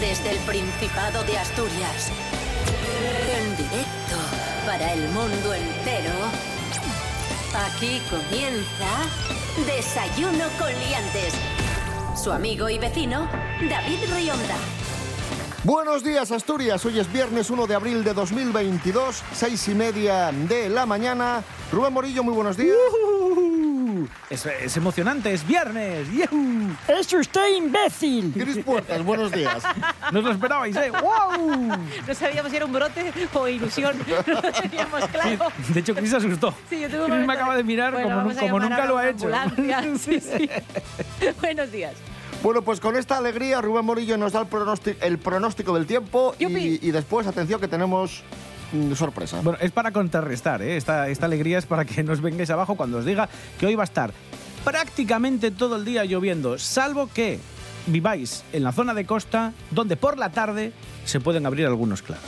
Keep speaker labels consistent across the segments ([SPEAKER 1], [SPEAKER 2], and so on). [SPEAKER 1] Desde el Principado de Asturias. En directo para el mundo entero. Aquí comienza Desayuno con Liantes. Su amigo y vecino, David Rionda.
[SPEAKER 2] Buenos días Asturias, hoy es viernes 1 de abril de 2022, seis y media de la mañana. Rubén Morillo, muy buenos días.
[SPEAKER 3] Uh, Es, es emocionante, es viernes. ¡Yujú!
[SPEAKER 4] ¡Es usted imbécil!
[SPEAKER 2] Iris Puertas, buenos días.
[SPEAKER 3] No os lo esperabais, ¿eh? ¡Wow!
[SPEAKER 5] No sabíamos si era un brote o ilusión. No lo teníamos claro.
[SPEAKER 3] De hecho, Cris se asustó.
[SPEAKER 5] Sí, yo tuve un
[SPEAKER 3] Cris
[SPEAKER 5] momento
[SPEAKER 3] me acaba de mirar
[SPEAKER 5] Bueno,
[SPEAKER 3] como,
[SPEAKER 5] vamos
[SPEAKER 3] nu-
[SPEAKER 5] a
[SPEAKER 3] como
[SPEAKER 5] llamar
[SPEAKER 3] nunca
[SPEAKER 5] a
[SPEAKER 3] lo
[SPEAKER 5] una
[SPEAKER 3] ha hecho.
[SPEAKER 5] ambulancia, sí, sí. Buenos días.
[SPEAKER 2] Bueno, pues con esta alegría Rubén Morillo nos da el, pronóstico- el pronóstico del tiempo y,
[SPEAKER 5] Yupi.
[SPEAKER 2] y después, atención, que tenemos mm, sorpresa.
[SPEAKER 3] Bueno, es para contrarrestar, ¿eh? Esta, esta alegría es para que nos vengáis abajo cuando os diga que hoy va a estar prácticamente todo el día lloviendo, salvo que viváis en la zona de costa donde por la tarde se pueden abrir algunos claros.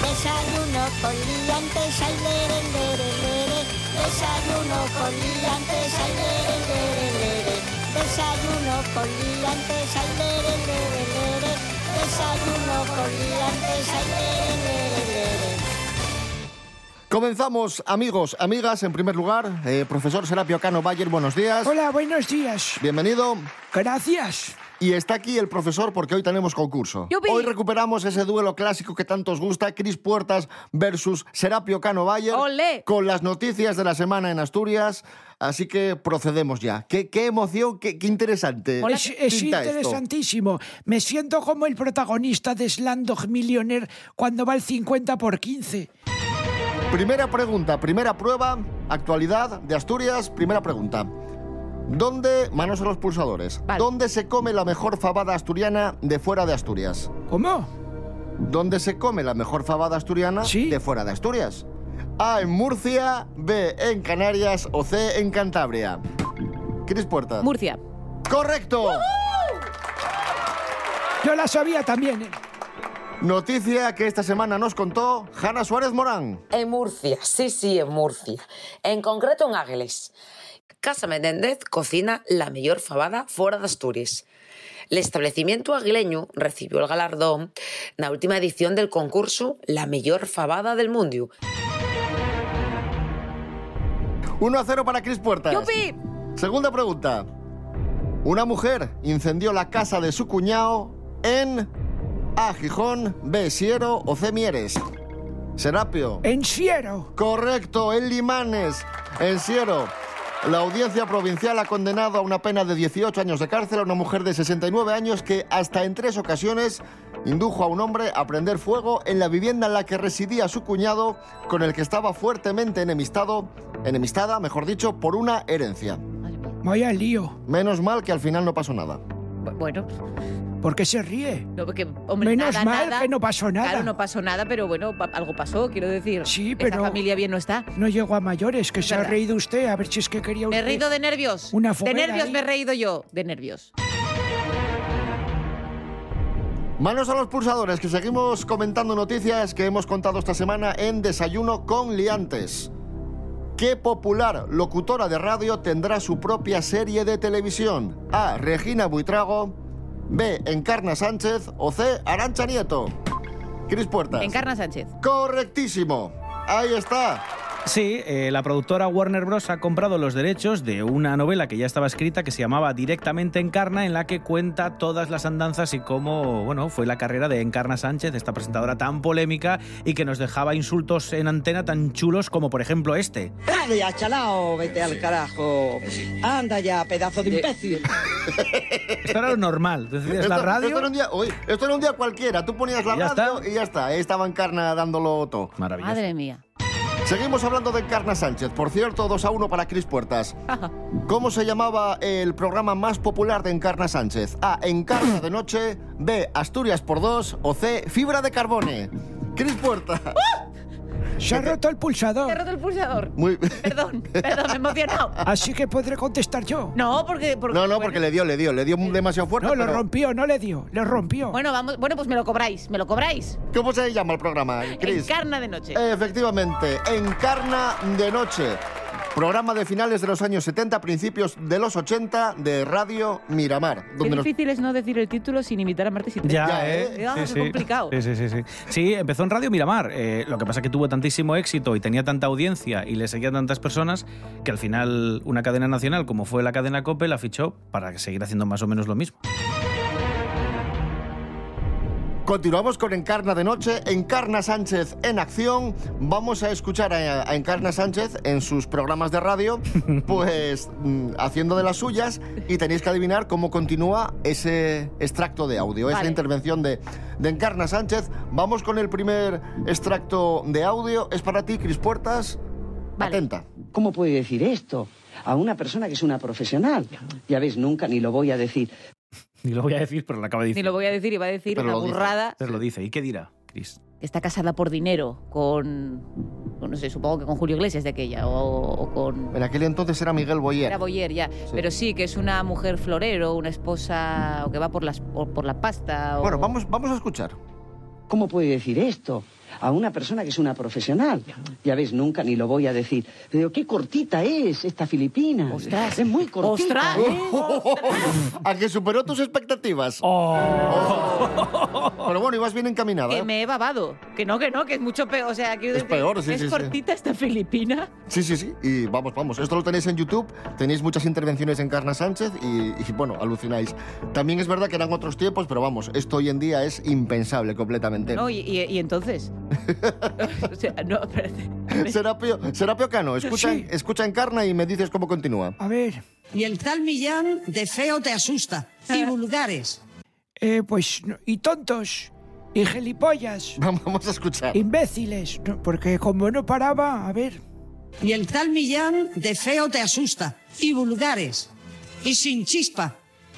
[SPEAKER 6] Desayuno con liantes, ay, lere, lere, lere. Desayuno con liantes, ay, lere, lere, lere. Desayuno con liantes, ay, lere, lere, lere. Desayuno con liantes, ay, lere, lere, lere.
[SPEAKER 2] Comenzamos, amigos, amigas, en primer lugar, eh, profesor Serapio Cano Bayer, buenos días.
[SPEAKER 4] Hola, buenos días.
[SPEAKER 2] Bienvenido.
[SPEAKER 4] Gracias.
[SPEAKER 2] Y está aquí el profesor porque hoy tenemos concurso.
[SPEAKER 5] ¡Yupi!
[SPEAKER 2] Hoy recuperamos ese duelo clásico que tanto os gusta, Cris Puertas versus Serapio Cano Bayer,
[SPEAKER 5] ¡Olé!
[SPEAKER 2] con las noticias de la semana en Asturias. Así que procedemos ya. Qué, qué emoción, qué, qué interesante.
[SPEAKER 4] Es, es
[SPEAKER 2] pinta esto.
[SPEAKER 4] interesantísimo. Me siento como el protagonista de Slandog Millionaire cuando va el 50 por 15.
[SPEAKER 2] Primera pregunta, primera prueba, actualidad de Asturias, primera pregunta. ¿Dónde, manos a los pulsadores,
[SPEAKER 5] Vale.
[SPEAKER 2] dónde se come la mejor fabada asturiana de fuera de Asturias?
[SPEAKER 4] ¿Cómo?
[SPEAKER 2] ¿Dónde se come la mejor fabada asturiana
[SPEAKER 4] Sí.
[SPEAKER 2] de fuera de Asturias? A en Murcia, B en Canarias o C en Cantabria. Cris Puerta.
[SPEAKER 5] Murcia.
[SPEAKER 2] ¡Correcto!
[SPEAKER 4] Yo la sabía también. ¿eh?
[SPEAKER 2] Noticia que esta semana nos contó Jana Suárez Morán.
[SPEAKER 7] En Murcia, sí, sí, en Murcia. En concreto en Águiles. Casa Menéndez cocina la mejor fabada fora de Asturias. El establecimiento aguileño recibió el galardón en la última edición del concurso La mejor fabada del mundo.
[SPEAKER 2] 1 a 0 para Cris Puertas.
[SPEAKER 5] ¡Yupi!
[SPEAKER 2] Segunda pregunta. Una mujer incendió la casa de su cuñado en A. Gijón, B. Siero o C. Mieres. Serapio.
[SPEAKER 4] En Siero.
[SPEAKER 2] Correcto, en Limanes, en Siero. La audiencia provincial ha condenado a una pena de 18 años de cárcel a una mujer de 69 años que hasta en tres ocasiones indujo a un hombre a prender fuego en la vivienda en la que residía su cuñado, con el que estaba fuertemente enemistado, enemistada, mejor dicho, por una herencia.
[SPEAKER 4] Vaya lío.
[SPEAKER 2] Menos mal que al final no pasó nada.
[SPEAKER 5] Bu- Bueno,
[SPEAKER 4] ¿Por qué se ríe?
[SPEAKER 5] no, porque, hombre,
[SPEAKER 4] Menos
[SPEAKER 5] nada,
[SPEAKER 4] mal
[SPEAKER 5] nada.
[SPEAKER 4] que no pasó nada.
[SPEAKER 5] Claro, no pasó nada, pero bueno, pa- algo pasó, quiero decir.
[SPEAKER 4] Sí,
[SPEAKER 5] Esa
[SPEAKER 4] pero-
[SPEAKER 5] familia bien no está.
[SPEAKER 4] No llegó a mayores, que se ha
[SPEAKER 5] verdad.
[SPEAKER 4] reído usted. A ver si es que quería
[SPEAKER 5] Me he
[SPEAKER 4] usted.
[SPEAKER 5] reído de nervios.
[SPEAKER 4] Una
[SPEAKER 5] de
[SPEAKER 4] foguera
[SPEAKER 5] nervios
[SPEAKER 4] ahí.
[SPEAKER 5] me he reído yo. De nervios.
[SPEAKER 2] Manos a los pulsadores, que seguimos comentando noticias que hemos contado esta semana en Desayuno con Liantes. ¿Qué popular locutora de radio tendrá su propia serie de televisión? A. Regina Buitrago. B. Encarna Sánchez. O C. Arancha Nieto. Cris Puertas.
[SPEAKER 5] Encarna Sánchez.
[SPEAKER 2] Correctísimo. Ahí está.
[SPEAKER 3] Sí, eh, la productora Warner Bros. ha comprado los derechos de una novela que ya estaba escrita que se llamaba Directamente Encarna, en la que cuenta todas las andanzas y cómo bueno, fue la carrera de Encarna Sánchez, esta presentadora tan polémica y que nos dejaba insultos en antena tan chulos como por ejemplo este.
[SPEAKER 8] Anda ya, chalao, vete al carajo. Anda ya, pedazo de imbécil.
[SPEAKER 3] Esto era lo normal. Decías la
[SPEAKER 2] Esto- Esto
[SPEAKER 3] radio.
[SPEAKER 2] era, un día, uy, esto era un día cualquiera. Tú ponías la
[SPEAKER 3] Y ya
[SPEAKER 2] radio
[SPEAKER 3] está.
[SPEAKER 2] y ya está. Ahí estaba Encarna dándolo todo.
[SPEAKER 3] Maravilloso.
[SPEAKER 5] Madre mía.
[SPEAKER 2] Seguimos hablando de Encarna Sánchez. Por cierto, 2 a 1 para Cris Puertas. ¿Cómo se llamaba el programa más popular de Encarna Sánchez? A. Encarna de noche. B. Asturias por dos. O C. Fibra de carbone. Cris Puertas.
[SPEAKER 4] Se ha roto el
[SPEAKER 5] Te he
[SPEAKER 4] pulsador.
[SPEAKER 5] roto el pulsador.
[SPEAKER 2] Muy...
[SPEAKER 5] Perdón, perdón, me he emocionado.
[SPEAKER 4] Así que podré contestar yo.
[SPEAKER 5] No, porque. porque
[SPEAKER 2] No, no,
[SPEAKER 5] bueno.
[SPEAKER 2] porque le dio, le dio, le dio demasiado fuerte.
[SPEAKER 4] No, lo
[SPEAKER 2] pero-
[SPEAKER 4] rompió, no le dio. Lo rompió.
[SPEAKER 5] Bueno, vamos, bueno, pues me lo cobráis, me lo cobráis.
[SPEAKER 2] ¿Cómo se llama el programa, Cris? Eh,
[SPEAKER 5] Encarna de noche.
[SPEAKER 2] Efectivamente, Encarna de noche. Programa de finales de los años 70, principios de los 80 de Radio Miramar.
[SPEAKER 5] Qué
[SPEAKER 2] donde nos-
[SPEAKER 5] difícil es no decir el título sin imitar a Martes y Trece.
[SPEAKER 3] Ya,
[SPEAKER 2] Ya,
[SPEAKER 3] ¿eh?
[SPEAKER 5] ¿eh? Ah, es complicado.
[SPEAKER 3] Sí, sí, sí, sí. Sí, empezó en Radio Miramar. eh, lo que pasa es que tuvo tantísimo éxito y tenía tanta audiencia y le seguía tantas personas que al final una cadena nacional, como fue la cadena COPE, la fichó para seguir haciendo más o menos lo mismo.
[SPEAKER 2] Continuamos con Encarna de Noche, Encarna Sánchez en acción. Vamos a escuchar a, a Encarna Sánchez en sus programas de radio, pues mm, haciendo de las suyas y tenéis que adivinar cómo continúa ese extracto de audio, esa
[SPEAKER 5] Vale.
[SPEAKER 2] intervención de, de Encarna Sánchez. Vamos con el primer extracto de audio. Es para ti, Cris Puertas.
[SPEAKER 5] Vale.
[SPEAKER 2] Atenta.
[SPEAKER 8] ¿Cómo puede decir esto a una persona que es una profesional? Ya ves, nunca ni lo voy a decir.
[SPEAKER 3] Ni lo voy a decir, pero lo acaba de
[SPEAKER 5] Ni
[SPEAKER 3] decir.
[SPEAKER 5] lo voy a decir, iba a decir
[SPEAKER 2] Pero
[SPEAKER 5] una
[SPEAKER 2] lo dice.
[SPEAKER 5] burrada.
[SPEAKER 3] Pero lo dice. ¿Y qué dirá, Cris?
[SPEAKER 9] que está casada por dinero con, con, no sé, supongo que con Julio Iglesias de aquella, o, o con...
[SPEAKER 2] En aquel entonces era Miguel Boyer.
[SPEAKER 9] Era Boyer, ya. Pero sí, que es una mujer florero, una esposa, o que va por, las, o por la pasta. o-
[SPEAKER 2] Bueno, vamos, vamos a escuchar.
[SPEAKER 8] ¿Cómo puede decir esto a una persona que es una profesional? Ya ves, nunca ni lo voy a decir. Le digo, qué cortita es esta filipina.
[SPEAKER 9] Ostras.
[SPEAKER 8] Es muy cortita.
[SPEAKER 9] Ostras. eh,
[SPEAKER 2] A que superó tus expectativas. Oh. Pero bueno, ibas bien encaminada.
[SPEAKER 5] Que
[SPEAKER 2] ¿eh?
[SPEAKER 5] me he babado. Que no, que no, que es mucho peor. O sea, quiero
[SPEAKER 2] Es
[SPEAKER 5] decir,
[SPEAKER 2] peor, sí,
[SPEAKER 5] es
[SPEAKER 2] sí, sí.
[SPEAKER 5] cortita esta filipina.
[SPEAKER 2] Sí, sí, sí. Y vamos, vamos. Esto lo tenéis en YouTube. Tenéis muchas intervenciones en Carna Sánchez y, y, bueno, alucináis. También es verdad que eran otros tiempos, pero vamos, esto hoy en día es impensable completamente.
[SPEAKER 5] No, y, y- y entonces. o sea, no, espérate.
[SPEAKER 2] Serapio, Serapio Cano, escucha,
[SPEAKER 4] Sí.
[SPEAKER 2] escucha Encarna y me dices cómo continúa.
[SPEAKER 4] A ver,
[SPEAKER 8] Y el tal Millán de feo te asusta. Y vulgares.
[SPEAKER 4] eh, pues, no- y tontos, y gilipollas,
[SPEAKER 2] Vamos a escuchar.
[SPEAKER 4] imbéciles, no, porque como no paraba, a ver,
[SPEAKER 8] Y el tal Millán de feo te asusta. Y vulgares. Y sin chispa.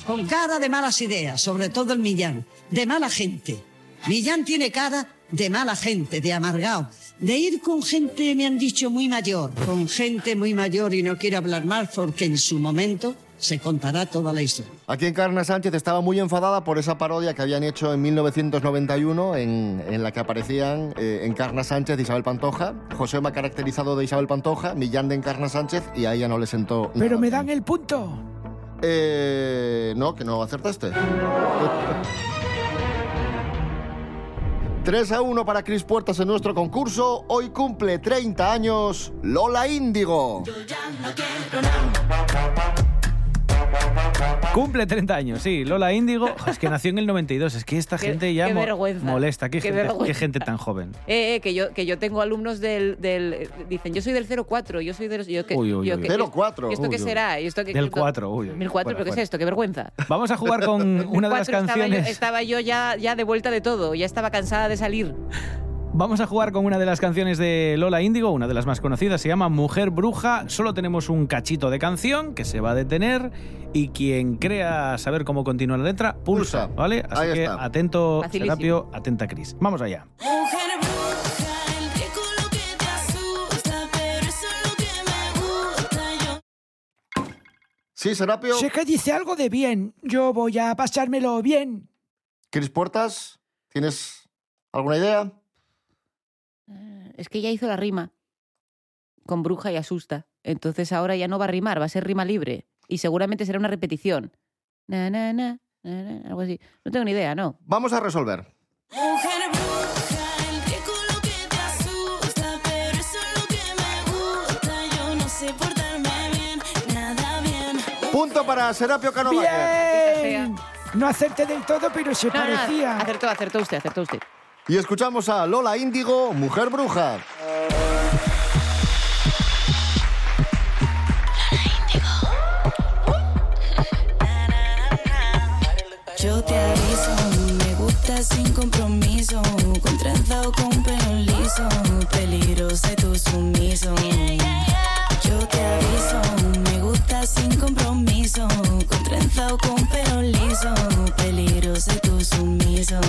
[SPEAKER 8] Con cara de malas ideas, sobre todo el Millán. De mala gente. Millán tiene cara de mala gente, de amargado. De ir con gente, me han dicho, muy mayor. Con gente muy mayor y no quiero hablar más porque en su momento se contará toda la historia.
[SPEAKER 2] Aquí Encarna Sánchez estaba muy enfadada por esa parodia que habían hecho en 1991 en, en la que aparecían eh, Encarna Sánchez de Isabel Pantoja, José Josema caracterizado de Isabel Pantoja, Millán de Encarna Sánchez y a ella no le sentó nada
[SPEAKER 4] pero me
[SPEAKER 2] bien.
[SPEAKER 4] dan el punto.
[SPEAKER 2] Eh, no, que no acertaste. 3 a 1 para Cris Puertas en nuestro concurso. Hoy cumple 30 años Lola Índigo.
[SPEAKER 3] Cumple 30 años, sí. Lola Índigo. Jo, Es que nació en el 92. Es que esta
[SPEAKER 5] Qué-
[SPEAKER 3] gente ya
[SPEAKER 5] qué
[SPEAKER 3] mo-
[SPEAKER 5] vergüenza.
[SPEAKER 3] molesta. Qué,
[SPEAKER 5] Qué
[SPEAKER 3] gente, qué
[SPEAKER 5] vergüenza.
[SPEAKER 3] gente tan joven.
[SPEAKER 5] Eh, eh, que, yo, que yo tengo alumnos del, del- eh, Dicen, yo soy del 04, yo soy de los. Yo, que,
[SPEAKER 3] Uy, uy,
[SPEAKER 5] yo
[SPEAKER 3] uy.
[SPEAKER 5] que-
[SPEAKER 2] 04,
[SPEAKER 5] ¿y ¿Esto
[SPEAKER 2] uy,
[SPEAKER 5] qué
[SPEAKER 2] uy.
[SPEAKER 5] será? ¿Y esto qué-
[SPEAKER 3] Del
[SPEAKER 5] esto-
[SPEAKER 3] 4, uy, uy.
[SPEAKER 5] 1004,
[SPEAKER 3] Fuera,
[SPEAKER 5] ¿pero qué es
[SPEAKER 3] fuera.
[SPEAKER 5] esto? ¡Qué vergüenza!
[SPEAKER 3] Vamos a jugar con una de las
[SPEAKER 5] 04 estaba yo-
[SPEAKER 3] canciones.
[SPEAKER 5] Estaba yo, ya, ya de vuelta de todo, ya estaba cansada de salir.
[SPEAKER 3] Vamos a jugar con una de las canciones de Lola Índigo, una de las más conocidas, se llama Mujer Bruja. Solo tenemos un cachito de canción que se va a detener y quien crea saber cómo continúa la letra, pulsa.
[SPEAKER 2] Pulsa.
[SPEAKER 3] ¿Vale? Así
[SPEAKER 2] Ahí
[SPEAKER 3] que
[SPEAKER 2] está.
[SPEAKER 3] atento,
[SPEAKER 5] Facilísimo.
[SPEAKER 3] Serapio, atenta, Cris. Vamos allá.
[SPEAKER 10] Mujer bruja, el rico lo que te asusta, pero eso es lo que me gusta. Yo
[SPEAKER 2] Sí, Serapio.
[SPEAKER 4] Sé que dice algo de bien, yo voy a pasármelo bien.
[SPEAKER 2] Cris Puertas, ¿tienes alguna idea?
[SPEAKER 9] Es que ya hizo la rima con bruja y asusta. Entonces ahora ya no va a rimar, va a ser rima libre. Y seguramente será una repetición. Na, na, na, na, na, algo así. No tengo ni idea, ¿no?
[SPEAKER 2] Vamos a resolver.
[SPEAKER 10] Mujer bruja, el rico lo que te asusta, pero eso es lo que me gusta. Yo no sé portarme bien, nada bien.
[SPEAKER 2] Punto para Serapio Cano Vaquer.
[SPEAKER 4] ¡Bien! No acerté del todo, pero se
[SPEAKER 5] No, no,
[SPEAKER 4] parecía.
[SPEAKER 5] acertó, acertó usted, acertó usted.
[SPEAKER 2] Y escuchamos a Lola Índigo, Mujer Bruja.
[SPEAKER 10] Yo te aviso, me gusta sin compromiso, con trenza o con pelo liso, peligrosa y tú sumiso. Yo te aviso, me gusta sin compromiso, con trenza o con pelo liso, peligrosa y tú sumiso.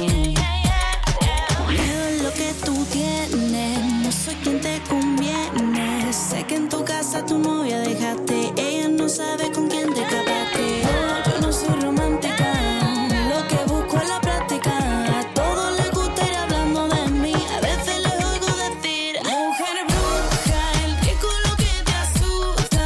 [SPEAKER 10] Miedo es lo que tú tienes, no soy quien te conviene. Sé que en tu casa tu novia dejaste, ella no sabe con quién te capaste. No, yo no soy romántica, lo que busco es la práctica. A todos les gusta ir hablando de mí, a veces les oigo decir, mujer bruja, el rico lo que te asusta.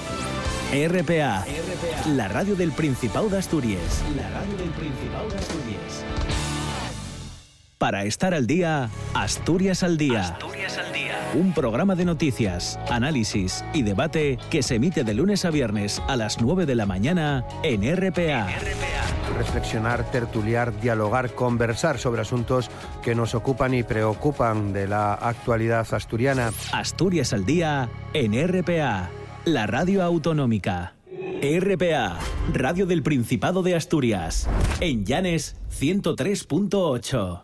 [SPEAKER 3] RPA, la radio del Principado de Asturias.
[SPEAKER 11] La radio del Principado de Asturias.
[SPEAKER 3] Para estar al día, Asturias al día.
[SPEAKER 11] Asturias al día.
[SPEAKER 3] Un programa de noticias, análisis y debate que se emite de lunes a viernes a las 9 de la mañana en RPA.
[SPEAKER 12] reflexionar, tertuliar, dialogar, conversar sobre asuntos que nos ocupan y preocupan de la actualidad asturiana.
[SPEAKER 3] Asturias al día en RPA, la radio autonómica. RPA, Radio del Principado de Asturias. En Llanes 103.8.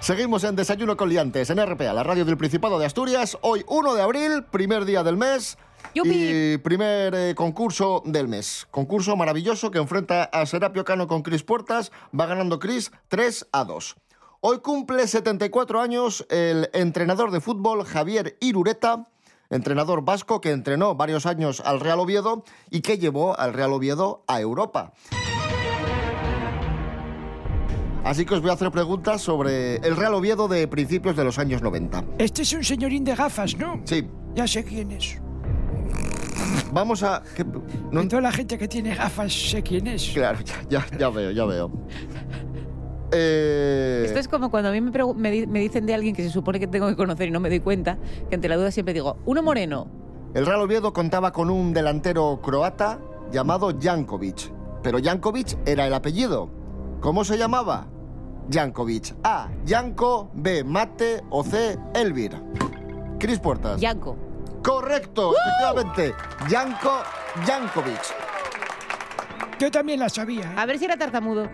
[SPEAKER 2] Seguimos en Desayuno con Liantes, en RPA, la radio del Principado de Asturias. Hoy 1 de abril, primer día del mes. Y primer eh, concurso del mes. Concurso maravilloso que enfrenta a Serapio Cano con Cris Puertas. Va ganando Cris 3 a 2. Hoy cumple 74 años el entrenador de fútbol Javier Irureta, entrenador vasco que entrenó varios años al Real Oviedo y que llevó al Real Oviedo a Europa. Así que os voy a hacer preguntas sobre el Real Oviedo de principios de los años 90.
[SPEAKER 4] Este es un señorín de gafas, ¿no?
[SPEAKER 2] Sí,
[SPEAKER 4] Ya sé quién es.
[SPEAKER 2] vamos a... que- no-
[SPEAKER 4] Toda la gente que tiene gafas sé quién es.
[SPEAKER 2] Claro, ya, ya- ya veo, ya veo. Eh,
[SPEAKER 9] Esto es como cuando a mí me, pregu- me di- me dicen de alguien que se supone que tengo que conocer y no me doy cuenta, que ante la duda siempre digo, uno moreno.
[SPEAKER 2] El Real Oviedo contaba con un delantero croata llamado Jankovic, pero Jankovic era el apellido. ¿Cómo se llamaba? Jankovic. A. Janko, B. Mate o C. Elvir. Cris Puertas.
[SPEAKER 9] Yanko.
[SPEAKER 2] Correcto, efectivamente. Janko Jankovic.
[SPEAKER 4] Yo también la sabía. ¿eh?
[SPEAKER 5] Ah.
[SPEAKER 9] A ver si era tartamudo.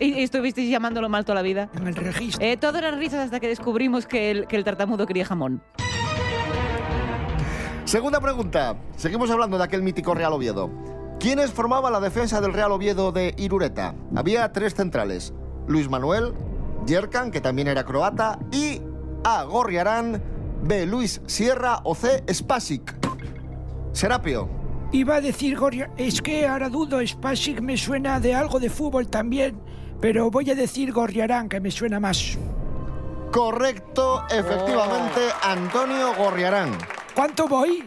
[SPEAKER 9] y, y estuvisteis llamándolo mal toda la vida.
[SPEAKER 4] En el registro.
[SPEAKER 9] todo eran Eh, risas hasta que descubrimos que el, que el tartamudo quería jamón.
[SPEAKER 2] Segunda pregunta. Seguimos hablando de aquel mítico Real Oviedo. ¿Quiénes formaban la defensa del Real Oviedo de Irureta? Había tres centrales. Luis Manuel, Yerkan, que también era croata, y A. Gorriarán, B. Luis Sierra o C. Spasic. Serapio.
[SPEAKER 4] Iba a decir, Goria, es que ahora dudo, Spasic me suena de algo de fútbol también, pero voy a decir Gorriarán, que me suena más.
[SPEAKER 2] Correcto, efectivamente, Antonio Gorriarán.
[SPEAKER 4] ¿Cuánto voy?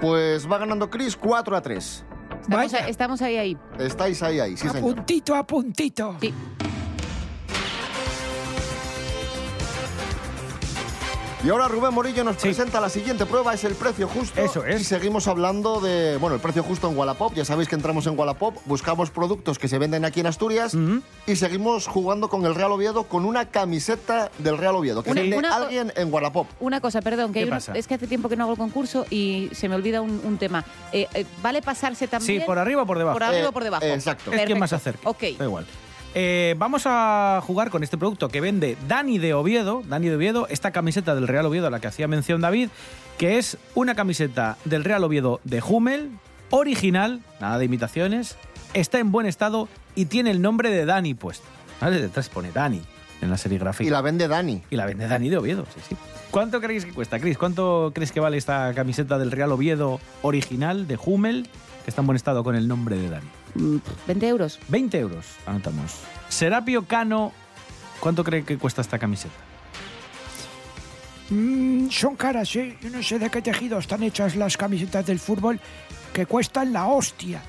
[SPEAKER 2] Pues va ganando Chris 4 a 3.
[SPEAKER 9] Estamos, a- estamos ahí, ahí.
[SPEAKER 2] Estáis ahí, ahí, sí,
[SPEAKER 4] a
[SPEAKER 2] señor.
[SPEAKER 4] puntito, a puntito.
[SPEAKER 9] Sí.
[SPEAKER 2] Y ahora Rubén Morillo nos presenta la siguiente prueba, es el precio justo. Eso es. Y seguimos hablando de, bueno, el precio justo en Wallapop. Ya sabéis que entramos en Wallapop, buscamos productos que se venden aquí en Asturias y seguimos jugando con el Real Oviedo con una camiseta del Real Oviedo que
[SPEAKER 9] Una-
[SPEAKER 2] vende
[SPEAKER 9] una-
[SPEAKER 2] alguien en Wallapop.
[SPEAKER 9] Una cosa, perdón, que
[SPEAKER 2] ¿Qué
[SPEAKER 9] hay una-
[SPEAKER 2] pasa?
[SPEAKER 9] es que hace tiempo que no hago el concurso y se me olvida un, un tema. Eh, eh, ¿Vale pasarse también?
[SPEAKER 13] Sí, por arriba o por debajo.
[SPEAKER 9] Por arriba o por debajo.
[SPEAKER 13] Es quien más se
[SPEAKER 9] Perfecto.
[SPEAKER 13] acerque.
[SPEAKER 9] Ok.
[SPEAKER 13] Da igual. Eh, vamos a jugar con este producto que vende Dani de Oviedo. Dani de Oviedo, esta camiseta del Real Oviedo a la que hacía mención David, que es una camiseta del Real Oviedo de Hummel, original, nada de imitaciones, está en buen estado y tiene el nombre de Dani puesto. ¿Vale? Detrás pone Dani.
[SPEAKER 3] en la serigrafía.
[SPEAKER 2] Y la vende Dani.
[SPEAKER 3] Y la vende Dani de Oviedo, sí, sí. ¿Cuánto creéis que cuesta, Cris? ¿Cuánto crees que vale esta camiseta del Real Oviedo original de Hummel, que está en buen estado con el nombre de Dani?
[SPEAKER 9] 20 euros.
[SPEAKER 3] 20 euros, anotamos. Serapio Cano, ¿cuánto cree que cuesta esta camiseta?
[SPEAKER 4] Mm, son caras, ¿eh? Yo no sé de qué tejido están hechas las camisetas del fútbol que cuestan la hostia.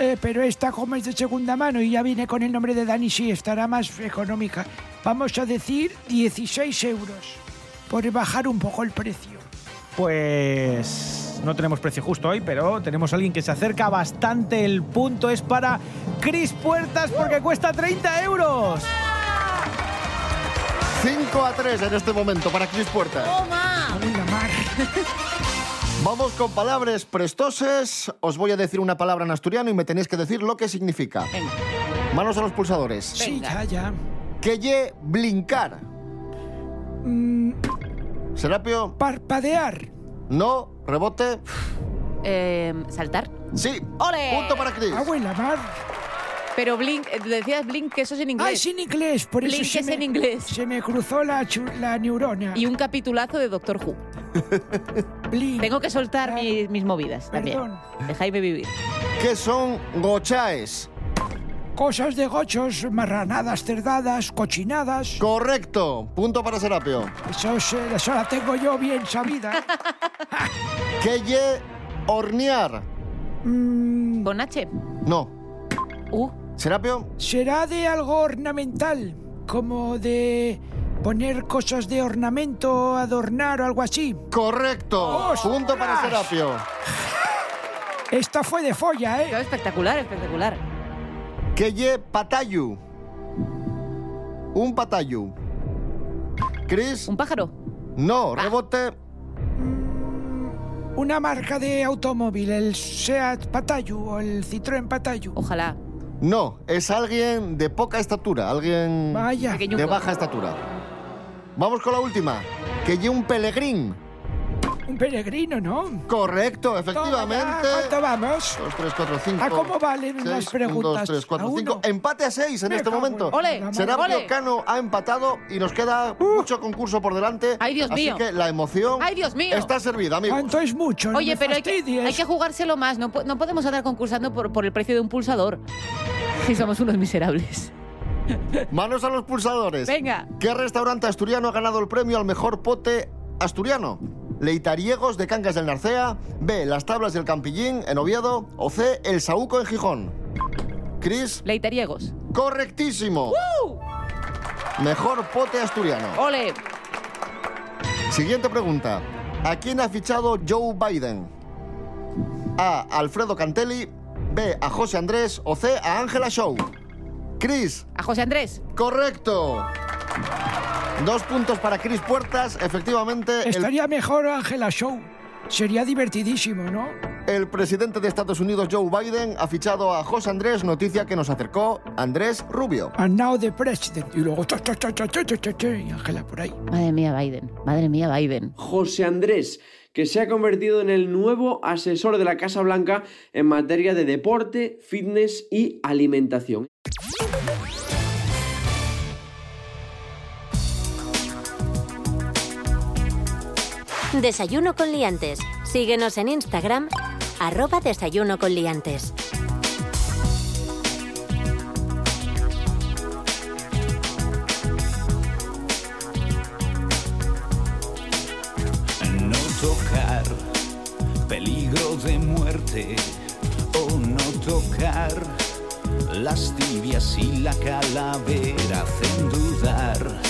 [SPEAKER 4] Eh, pero esta como es de segunda mano y ya viene con el nombre de Dani, sí, estará más económica. Vamos a decir 16 euros, por bajar un poco el precio.
[SPEAKER 3] Pues no tenemos precio justo hoy, pero tenemos a alguien que se acerca bastante. El punto es para Cris Puertas porque cuesta 30 euros.
[SPEAKER 2] 5 a 3 en este momento para Cris Puertas. Vamos con palabras prestoses. Os voy a decir una palabra en asturiano y me tenéis que decir lo que significa. Manos a los pulsadores.
[SPEAKER 4] Sí, ya, ya.
[SPEAKER 2] Que ye blincar.
[SPEAKER 9] Mm.
[SPEAKER 2] Serapio.
[SPEAKER 4] Parpadear.
[SPEAKER 2] No, rebote.
[SPEAKER 9] Eh, ¿Saltar?
[SPEAKER 2] Sí.
[SPEAKER 9] ¡Ole! Ah,
[SPEAKER 2] Punto para Cris.
[SPEAKER 4] Abuela, mar.
[SPEAKER 9] Pero Blink, eh, decías Blink, que eso es en inglés.
[SPEAKER 4] Ah, es en inglés, por eso
[SPEAKER 9] Blink
[SPEAKER 4] se
[SPEAKER 9] es
[SPEAKER 4] me,
[SPEAKER 9] en inglés.
[SPEAKER 4] se me cruzó la, chu- la neurona.
[SPEAKER 9] Y un capitulazo de Doctor Who.
[SPEAKER 4] Blink.
[SPEAKER 9] Tengo que soltar mis, mis movidas también.
[SPEAKER 4] Perdón.
[SPEAKER 9] Dejadme vivir.
[SPEAKER 2] ¿Qué son gochaes?
[SPEAKER 4] Cosas de gochos, marranadas, cerdadas, cochinadas.
[SPEAKER 2] Correcto. Punto para Serapio.
[SPEAKER 4] Eso, es, eh, eso la tengo yo bien sabida.
[SPEAKER 2] Que ye hornear.
[SPEAKER 9] Con H.
[SPEAKER 2] No.
[SPEAKER 9] Uh,
[SPEAKER 2] Serapio.
[SPEAKER 4] Será de algo ornamental, como de poner cosas de ornamento, adornar o algo así.
[SPEAKER 2] Correcto.
[SPEAKER 4] ¡Ostras!
[SPEAKER 2] Punto para Serapio.
[SPEAKER 4] Esta fue de folla, ¿eh?
[SPEAKER 9] claro, espectacular, espectacular.
[SPEAKER 2] Que ye patayu. Un patayu. Cris.
[SPEAKER 9] Un pájaro.
[SPEAKER 2] No, rebote.
[SPEAKER 4] Una marca de automóvil, el Seat Patayu o el Citroën Patayu.
[SPEAKER 9] Ojalá.
[SPEAKER 2] No, es alguien de poca estatura, alguien
[SPEAKER 4] Vaya.
[SPEAKER 9] Pequeño
[SPEAKER 2] de
[SPEAKER 9] co-
[SPEAKER 2] baja estatura. Vamos con la última. Que lleve un pelegrín.
[SPEAKER 4] Un peregrino, ¿no?
[SPEAKER 2] Correcto,
[SPEAKER 4] Toma ya,
[SPEAKER 2] efectivamente.
[SPEAKER 4] ¿Cuánto vamos?
[SPEAKER 2] 2, 3, 4, 5.
[SPEAKER 4] ¿A cómo valen las preguntas?
[SPEAKER 2] 2, 3, 4,
[SPEAKER 4] ¿A
[SPEAKER 2] 5.
[SPEAKER 4] uno?
[SPEAKER 2] Empate a 6 en
[SPEAKER 4] Me
[SPEAKER 2] este
[SPEAKER 4] cago en
[SPEAKER 2] momento.
[SPEAKER 4] la
[SPEAKER 9] Ole,
[SPEAKER 4] madre.
[SPEAKER 2] Serapio
[SPEAKER 9] ole.
[SPEAKER 2] Cano ha empatado y nos queda mucho concurso por delante.
[SPEAKER 9] Ay, Dios
[SPEAKER 2] así
[SPEAKER 9] mío.
[SPEAKER 2] que la emoción
[SPEAKER 9] Ay, Dios mío.
[SPEAKER 2] está servida, amigos.
[SPEAKER 4] ¿Cuánto es mucho? No
[SPEAKER 9] Oye,
[SPEAKER 4] me
[SPEAKER 9] pero hay que,
[SPEAKER 4] fastidies.
[SPEAKER 9] hay que jugárselo más. No, po- no podemos andar concursando por, por el precio de un pulsador. Si somos unos miserables.
[SPEAKER 2] Manos a los pulsadores.
[SPEAKER 9] Venga.
[SPEAKER 2] ¿Qué restaurante asturiano ha ganado el premio al mejor pote asturiano? Leitariegos de Cangas del Narcea, B, Las Tablas del Campillín en Oviedo o C, El Saúco en Gijón. Cris,
[SPEAKER 9] Leitariegos.
[SPEAKER 2] correctísimo. Mejor pote asturiano.
[SPEAKER 9] Ole.
[SPEAKER 2] Siguiente pregunta. ¿A quién ha fichado Joe Biden? A, Alfredo Cantelli, B, a José Andrés o C, a Ángela Show. Cris,
[SPEAKER 9] A José Andrés.
[SPEAKER 2] Correcto. Dos puntos para Cris Puertas. Efectivamente, el,
[SPEAKER 4] Estaría mejor Ángela Show. Sería divertidísimo, ¿no?
[SPEAKER 2] el presidente de Estados Unidos, Joe Biden, ha fichado a José Andrés, noticia que nos acercó Andrés Rubio.
[SPEAKER 4] And now the president. Y luego... cha, cha, cha, cha, cha, cha, cha, cha, y Ángela por ahí.
[SPEAKER 9] Madre mía, Biden. Madre mía, Biden.
[SPEAKER 14] José Andrés, que se ha convertido en el nuevo asesor de la Casa Blanca en materia de deporte, fitness y alimentación.
[SPEAKER 1] Desayuno con liantes. Síguenos en Instagram, arroba desayuno con liantes.
[SPEAKER 11] No tocar, peligro de muerte. O no tocar, las tibias y la calavera hacen dudar.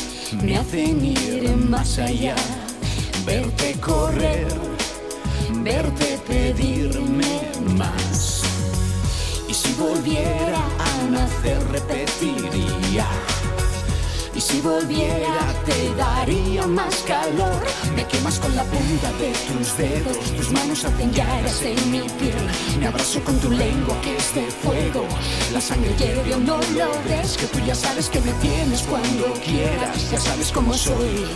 [SPEAKER 11] Me hacen ir más allá, verte correr, verte pedirme más. Y si volviera a nacer, repetiría. Y si volviera te daría más calor Me quemas con la punta de tus dedos Tus manos hacen llagas en mi piel Me abrazo con tu lengua que es de fuego La sangre hierve o no lo ves Que tú ya sabes que me tienes cuando quieras Ya sabes cómo soy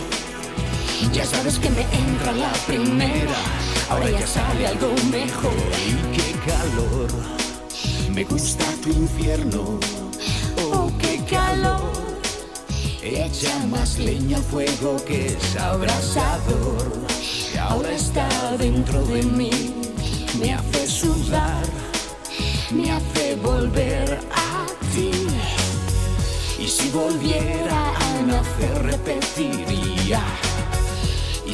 [SPEAKER 11] Ya sabes que me entra la primera Ahora ya sale algo mejor Y qué calor Me gusta tu infierno Oh, qué calor Oh, Echa más leña al fuego que es abrasador. Y ahora está dentro de mí, me hace sudar, me hace volver a ti. Y si volviera a nacer, repetiría. Y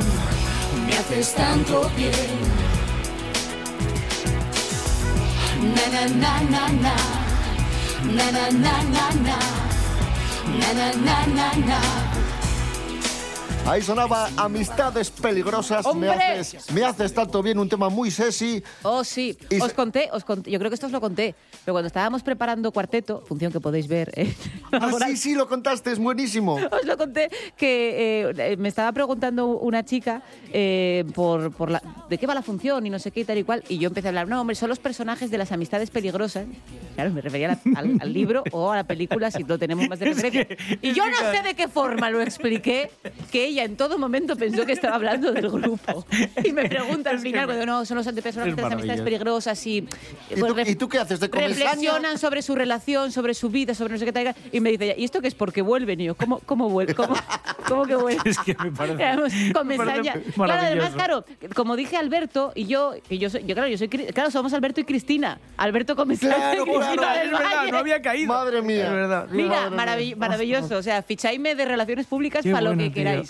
[SPEAKER 11] me haces tanto bien. Na na na na na, na na na na na, na na na na na.
[SPEAKER 2] Ahí sonaba Amistades Peligrosas, me
[SPEAKER 5] ¡Hombre!
[SPEAKER 2] haces, me haces tanto bien, un tema muy sexy.
[SPEAKER 9] Oh, sí. Os conté, os conté, yo creo que esto os lo conté, pero cuando estábamos preparando cuarteto, función que podéis ver. eh,
[SPEAKER 2] Ah, sí, sí, lo contaste, es buenísimo.
[SPEAKER 9] Os lo conté que eh, me estaba preguntando una chica eh, por, por la, de qué va la función y no sé qué y tal y cual. Y yo empecé a hablar, no, hombre, son los personajes de las amistades peligrosas. Claro, me refería a la- al, al libro o a la película si lo tenemos más de referencia. y yo no sé de qué forma lo expliqué que ella en todo momento pensó que estaba hablando del grupo. Y me pregunta al final, cuando no, son los ante- personajes
[SPEAKER 2] Es
[SPEAKER 9] de las amistades
[SPEAKER 2] maravilloso.
[SPEAKER 9] peligrosas y. pues,
[SPEAKER 2] ¿Y tú, y tú qué haces? ¿Te comes caña?
[SPEAKER 9] Reflexionan sobre su relación, sobre su vida, sobre no sé qué tal. Y me dice, ella, ¿y esto qué es? Porque vuelven. Y yo, ¿cómo, cómo vuelven? ¿Cómo, cómo que vuelven?
[SPEAKER 3] Es que me parece-
[SPEAKER 9] Éramos con
[SPEAKER 3] me parece
[SPEAKER 9] mesaña. Claro,
[SPEAKER 3] maravilloso.
[SPEAKER 9] además, claro, como dije Alberto y yo, que yo, soy, yo claro, yo soy, Cri- claro, somos Alberto y Cristina. Alberto con mesaña y
[SPEAKER 3] Claro,
[SPEAKER 9] Cristina
[SPEAKER 3] claro,
[SPEAKER 9] del
[SPEAKER 3] es verdad,
[SPEAKER 9] Valle.
[SPEAKER 3] no había caído. Madre mía. Es verdad, sí,
[SPEAKER 9] Mira,
[SPEAKER 3] madre
[SPEAKER 9] maravi- maravilloso. O sea, fichaime de relaciones públicas
[SPEAKER 2] Qué
[SPEAKER 9] para lo
[SPEAKER 2] bueno,
[SPEAKER 9] que
[SPEAKER 2] tío.
[SPEAKER 9] queráis.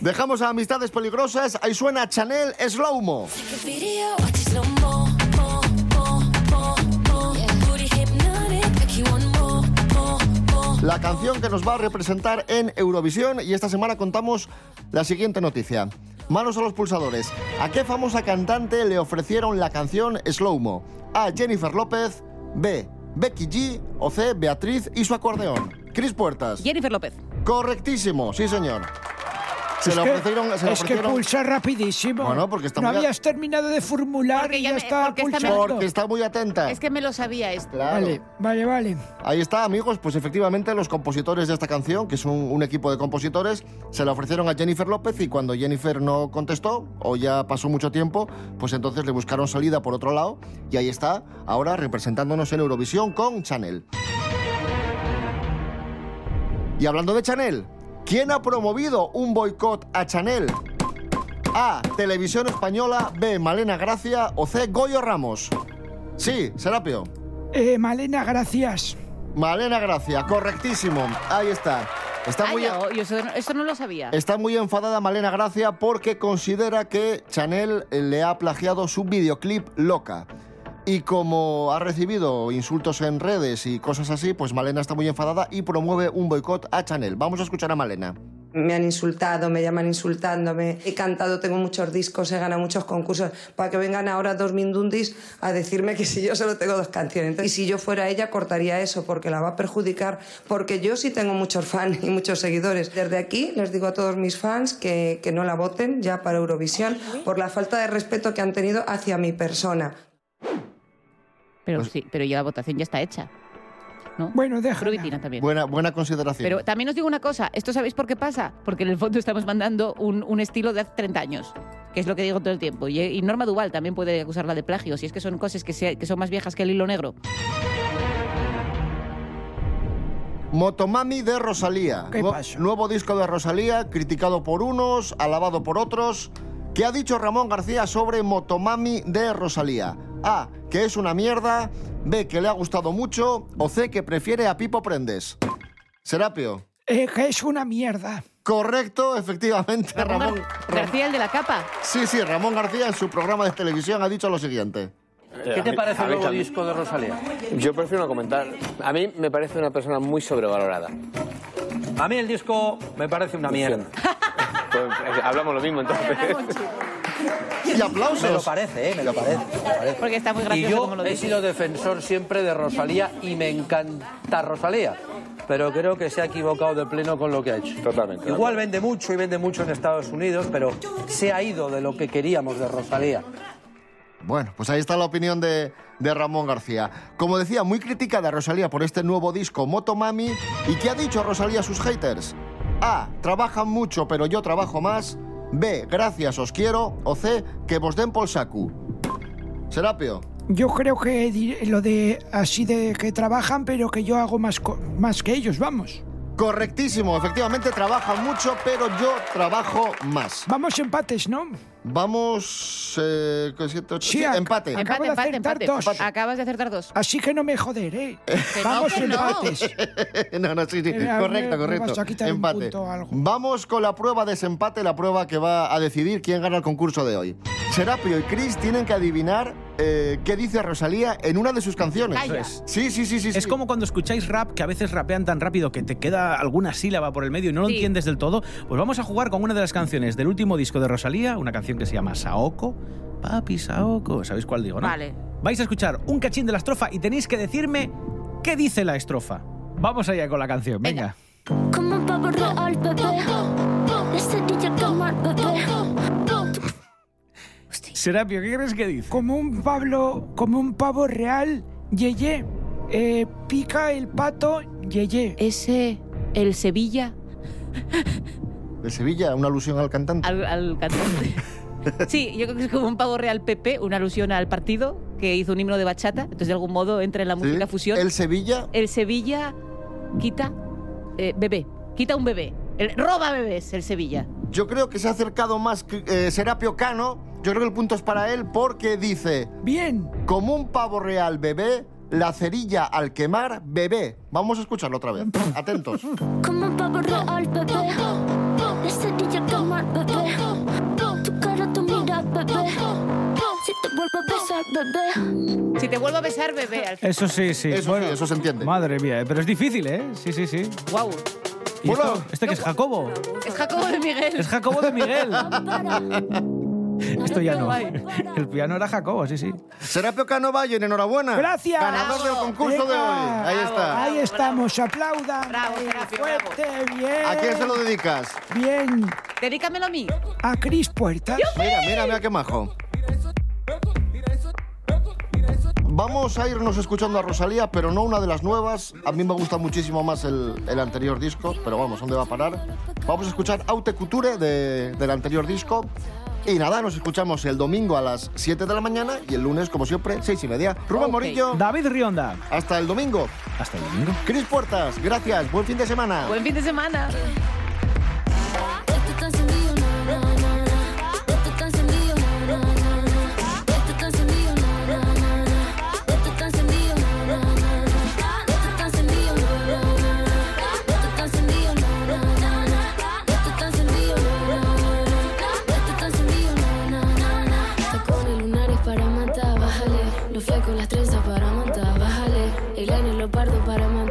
[SPEAKER 2] Dejamos a Amistades Peligrosas, ahí suena Chanel Slowmo.
[SPEAKER 15] Take a video, watch it slow mo, mo, mo, mo, mo. Booty hypnotic, make you want more, more, more.
[SPEAKER 2] La canción que nos va a representar en Eurovisión y esta semana contamos la siguiente noticia. Manos a los pulsadores. ¿A qué famosa cantante le ofrecieron la canción Slowmo? A. Jennifer López, B. Becky G o C. Beatriz y su acordeón. Cris Puertas.
[SPEAKER 9] Jennifer López.
[SPEAKER 2] Correctísimo, sí señor. Se
[SPEAKER 4] Es
[SPEAKER 2] le
[SPEAKER 4] que-
[SPEAKER 2] ofrecieron... se le
[SPEAKER 4] es que
[SPEAKER 2] ofrecieron-
[SPEAKER 4] pulsa rapidísimo.
[SPEAKER 2] Bueno, porque está
[SPEAKER 4] no
[SPEAKER 2] muy a-
[SPEAKER 4] habías terminado de formular y ya
[SPEAKER 9] me-
[SPEAKER 4] está
[SPEAKER 9] porque está
[SPEAKER 4] pulsando.
[SPEAKER 2] Porque está muy atenta.
[SPEAKER 9] Es que me lo sabía esto.
[SPEAKER 2] Claro.
[SPEAKER 4] Vale, vale.
[SPEAKER 2] Ahí está, amigos. Pues efectivamente, los compositores de esta canción, que es un, un equipo de compositores, se la ofrecieron a Jennifer López y cuando Jennifer no contestó o ya pasó mucho tiempo, pues entonces le buscaron salida por otro lado y ahí está, ahora representándonos en Eurovisión con Chanel. Y hablando de Chanel, ¿quién ha promovido un boicot a Chanel? A. Televisión Española, B. Malena Gracia o C. Goyo Ramos. Sí, Serapio.
[SPEAKER 4] Eh, Malena, gracias.
[SPEAKER 2] Malena Gracia, correctísimo. Ahí está. Está
[SPEAKER 9] Ah,
[SPEAKER 2] muy,
[SPEAKER 9] yo, yo eso, eso no lo sabía.
[SPEAKER 2] está muy enfadada Malena Gracia porque considera que Chanel eh, le ha plagiado su videoclip Loca. Y como ha recibido insultos en redes y cosas así, pues Malena está muy enfadada y promueve un boicot a Chanel. Vamos a escuchar a Malena.
[SPEAKER 16] Me han insultado, me llaman insultándome. He cantado, tengo muchos discos, he ganado muchos concursos. Para que vengan ahora dos mindundis a decirme que si yo solo tengo dos canciones. Entonces, y si yo fuera ella, cortaría eso porque la va a perjudicar. Porque yo sí tengo muchos fans y muchos seguidores. Desde aquí les digo a todos mis fans Eh, que, que no la voten ya para Eurovisión por la falta de respeto que han tenido hacia mi persona.
[SPEAKER 9] Pero sí, pero ya la votación ya está hecha. ¿no?
[SPEAKER 4] Bueno, deja.
[SPEAKER 9] también.
[SPEAKER 2] Buena, buena consideración.
[SPEAKER 9] Pero también os digo una cosa, ¿esto sabéis por qué pasa? Porque en el fondo estamos mandando un, un estilo de hace 30 años, que es lo que digo todo el tiempo. Y, y Norma Duval también puede acusarla de plagio, si es que son cosas que, se- que son más viejas que el hilo negro.
[SPEAKER 2] Motomami de Rosalía.
[SPEAKER 4] ¿Qué
[SPEAKER 2] Nuevo-
[SPEAKER 4] pasó?
[SPEAKER 2] Nuevo disco de Rosalía, criticado por unos, alabado por otros. ¿Qué ha dicho Ramón García sobre Motomami de Rosalía? A. Que es una mierda. B. Que le ha gustado mucho. O C. Que prefiere a Pipo Prendes. Serapio.
[SPEAKER 4] Eh, que es una mierda.
[SPEAKER 2] Correcto, efectivamente, Ramón.
[SPEAKER 9] García, el de la capa.
[SPEAKER 2] Sí, sí, Ramón García en su programa de televisión ha dicho lo siguiente.
[SPEAKER 17] ¿Qué te parece el nuevo disco de Rosalía? Yo prefiero no comentar. A mí me parece una persona muy sobrevalorada. A mí el disco me parece una mierda. hablamos lo mismo entonces.
[SPEAKER 2] Y aplausos.
[SPEAKER 17] Me lo parece, ¿eh? Me lo parece. me lo parece.
[SPEAKER 9] Porque está muy
[SPEAKER 17] y
[SPEAKER 9] gracioso
[SPEAKER 17] yo
[SPEAKER 9] como lo
[SPEAKER 17] he
[SPEAKER 9] dice.
[SPEAKER 17] sido defensor siempre de Rosalía y me encanta Rosalía.
[SPEAKER 18] pero creo que se ha equivocado de pleno con lo que ha hecho.
[SPEAKER 17] Totalmente.
[SPEAKER 18] Igual vende mucho y vende mucho en Estados Unidos, pero se ha ido de lo que queríamos de Rosalía.
[SPEAKER 2] Bueno, pues ahí está la opinión de, de Ramón García. Como decía, muy criticada Rosalía por este nuevo disco Motomami. ¿Y qué ha dicho Rosalía a sus haters? A. Trabajan mucho, pero yo trabajo más. B. Gracias, os quiero. O C. Que vos den por sacu. Serapio.
[SPEAKER 4] Yo creo que di- lo de así de que trabajan, pero que yo hago más, co- más que ellos, vamos.
[SPEAKER 2] Correctísimo, efectivamente trabajan mucho, pero yo trabajo más.
[SPEAKER 4] Vamos empates, ¿no?
[SPEAKER 2] Vamos... Eh, con siete, ocho, sí,
[SPEAKER 4] ac-
[SPEAKER 2] empate.
[SPEAKER 4] acabo
[SPEAKER 9] Empate,
[SPEAKER 4] de acertar
[SPEAKER 9] empate, empate.
[SPEAKER 4] dos.
[SPEAKER 9] Acabas de acertar dos.
[SPEAKER 4] Así que no me joder, ¿eh?
[SPEAKER 9] no,
[SPEAKER 4] Vamos
[SPEAKER 9] que no.
[SPEAKER 4] empates.
[SPEAKER 2] no, no, sí, sí.
[SPEAKER 4] Mira, me-
[SPEAKER 2] correcto,
[SPEAKER 4] me vas a
[SPEAKER 2] correcto.
[SPEAKER 4] quitar un
[SPEAKER 2] Empate.
[SPEAKER 4] punto o algo.
[SPEAKER 2] Vamos con la prueba desempate, la prueba que va a decidir quién gana el concurso de hoy. Serapio y Chris tienen que adivinar eh, qué dice Rosalía en una de sus canciones.
[SPEAKER 3] Eso es.
[SPEAKER 2] Sí, sí, sí, sí.
[SPEAKER 3] Es como cuando escucháis rap, que a veces rapean tan rápido que te queda alguna sílaba por el medio y no lo
[SPEAKER 2] Sí.
[SPEAKER 3] entiendes del todo. Pues vamos a jugar con una de las canciones del último disco de Rosalía, una canción que se llama Saoko. Papi, Saoko. ¿Sabéis cuál digo, no?
[SPEAKER 9] Vale.
[SPEAKER 3] Vais a escuchar un cachín de la estrofa y tenéis que decirme qué dice la estrofa. Vamos allá con la canción, venga.
[SPEAKER 15] Como un pavo real, bebé. Ese DJ como el bebé.
[SPEAKER 3] Serapio, ¿qué crees que dice?
[SPEAKER 4] Como un Pablo, como un pavo real, yeye. Eh, pica el pato, yeye.
[SPEAKER 9] Ese, el Sevilla.
[SPEAKER 2] De Sevilla, una alusión al cantante.
[SPEAKER 9] Al, al cantante. Sí, yo creo que es como un pavo real PP, una alusión al partido que hizo un himno de bachata. Entonces, de algún modo, entra en la música fusión.
[SPEAKER 2] El Sevilla.
[SPEAKER 9] El Sevilla quita eh, bebé. Quita un bebé. El- roba bebés, el Sevilla.
[SPEAKER 2] Yo creo que se ha acercado más eh, Serapio Cano. Yo creo que el punto es para él porque dice...
[SPEAKER 4] Bien.
[SPEAKER 2] Como un pavo real bebé, la cerilla al quemar bebé. Vamos a escucharlo otra vez. Atentos.
[SPEAKER 15] Como un pavo real, bebé. Ese DJ como el bebé. Tu cara, tu mira, bebé. Si te vuelvo a besar, bebé.
[SPEAKER 9] Si te vuelvo a besar, bebé. Al...
[SPEAKER 3] Eso sí, sí. Eso
[SPEAKER 2] eso se entiende.
[SPEAKER 3] Madre mía, eh, pero es difícil, ¿eh? Sí, sí, sí.
[SPEAKER 9] Wow.
[SPEAKER 3] ¿Y esto, ¿Este que es Jacobo?
[SPEAKER 9] Es Jacobo de Miguel.
[SPEAKER 3] Es Jacobo de Miguel. Esto ya no. El piano era Jacobo, sí, sí.
[SPEAKER 2] Serapio Cano Valle, enhorabuena.
[SPEAKER 4] Gracias.
[SPEAKER 2] Ganador del concurso de hoy. Ahí está.
[SPEAKER 4] Ahí estamos, aplaudan. ahí, fuerte, bien.
[SPEAKER 2] ¿A quién se lo dedicas?
[SPEAKER 4] Bien.
[SPEAKER 9] Dedícamelo a mí.
[SPEAKER 4] A Cris Puertas.
[SPEAKER 2] Mira, mira, mira qué majo. Vamos a irnos escuchando a Rosalía, pero no una de las nuevas. A mí me gusta muchísimo más el, el anterior disco, pero vamos, ¿dónde va a parar? Vamos a escuchar Aute Couture de- del anterior disco. Y nada, nos escuchamos el domingo a las 7 de la mañana y el lunes, como siempre, 6 y media. Rubén Morillo.
[SPEAKER 3] David Rionda.
[SPEAKER 2] Hasta el domingo.
[SPEAKER 3] Hasta el domingo.
[SPEAKER 2] Cris Puertas, gracias. Buen fin de semana.
[SPEAKER 9] Buen fin de semana.
[SPEAKER 15] Esto está encendido, na, na, na, na. Esto está encendido, na, na, na, na. Esto está encendido, na, na, na, na. Esto está encendido, na, na, na, na. Esto está encendido, na, na, na, na. Esto está encendido, na, na, na, na. Esto está encendido, na, na, na, na. Esto está encendido, na, na, na, na. Tacones lunares para matar, bájale. Los flecos, las trenzas para matar, bájale. El año lo pardo para matar.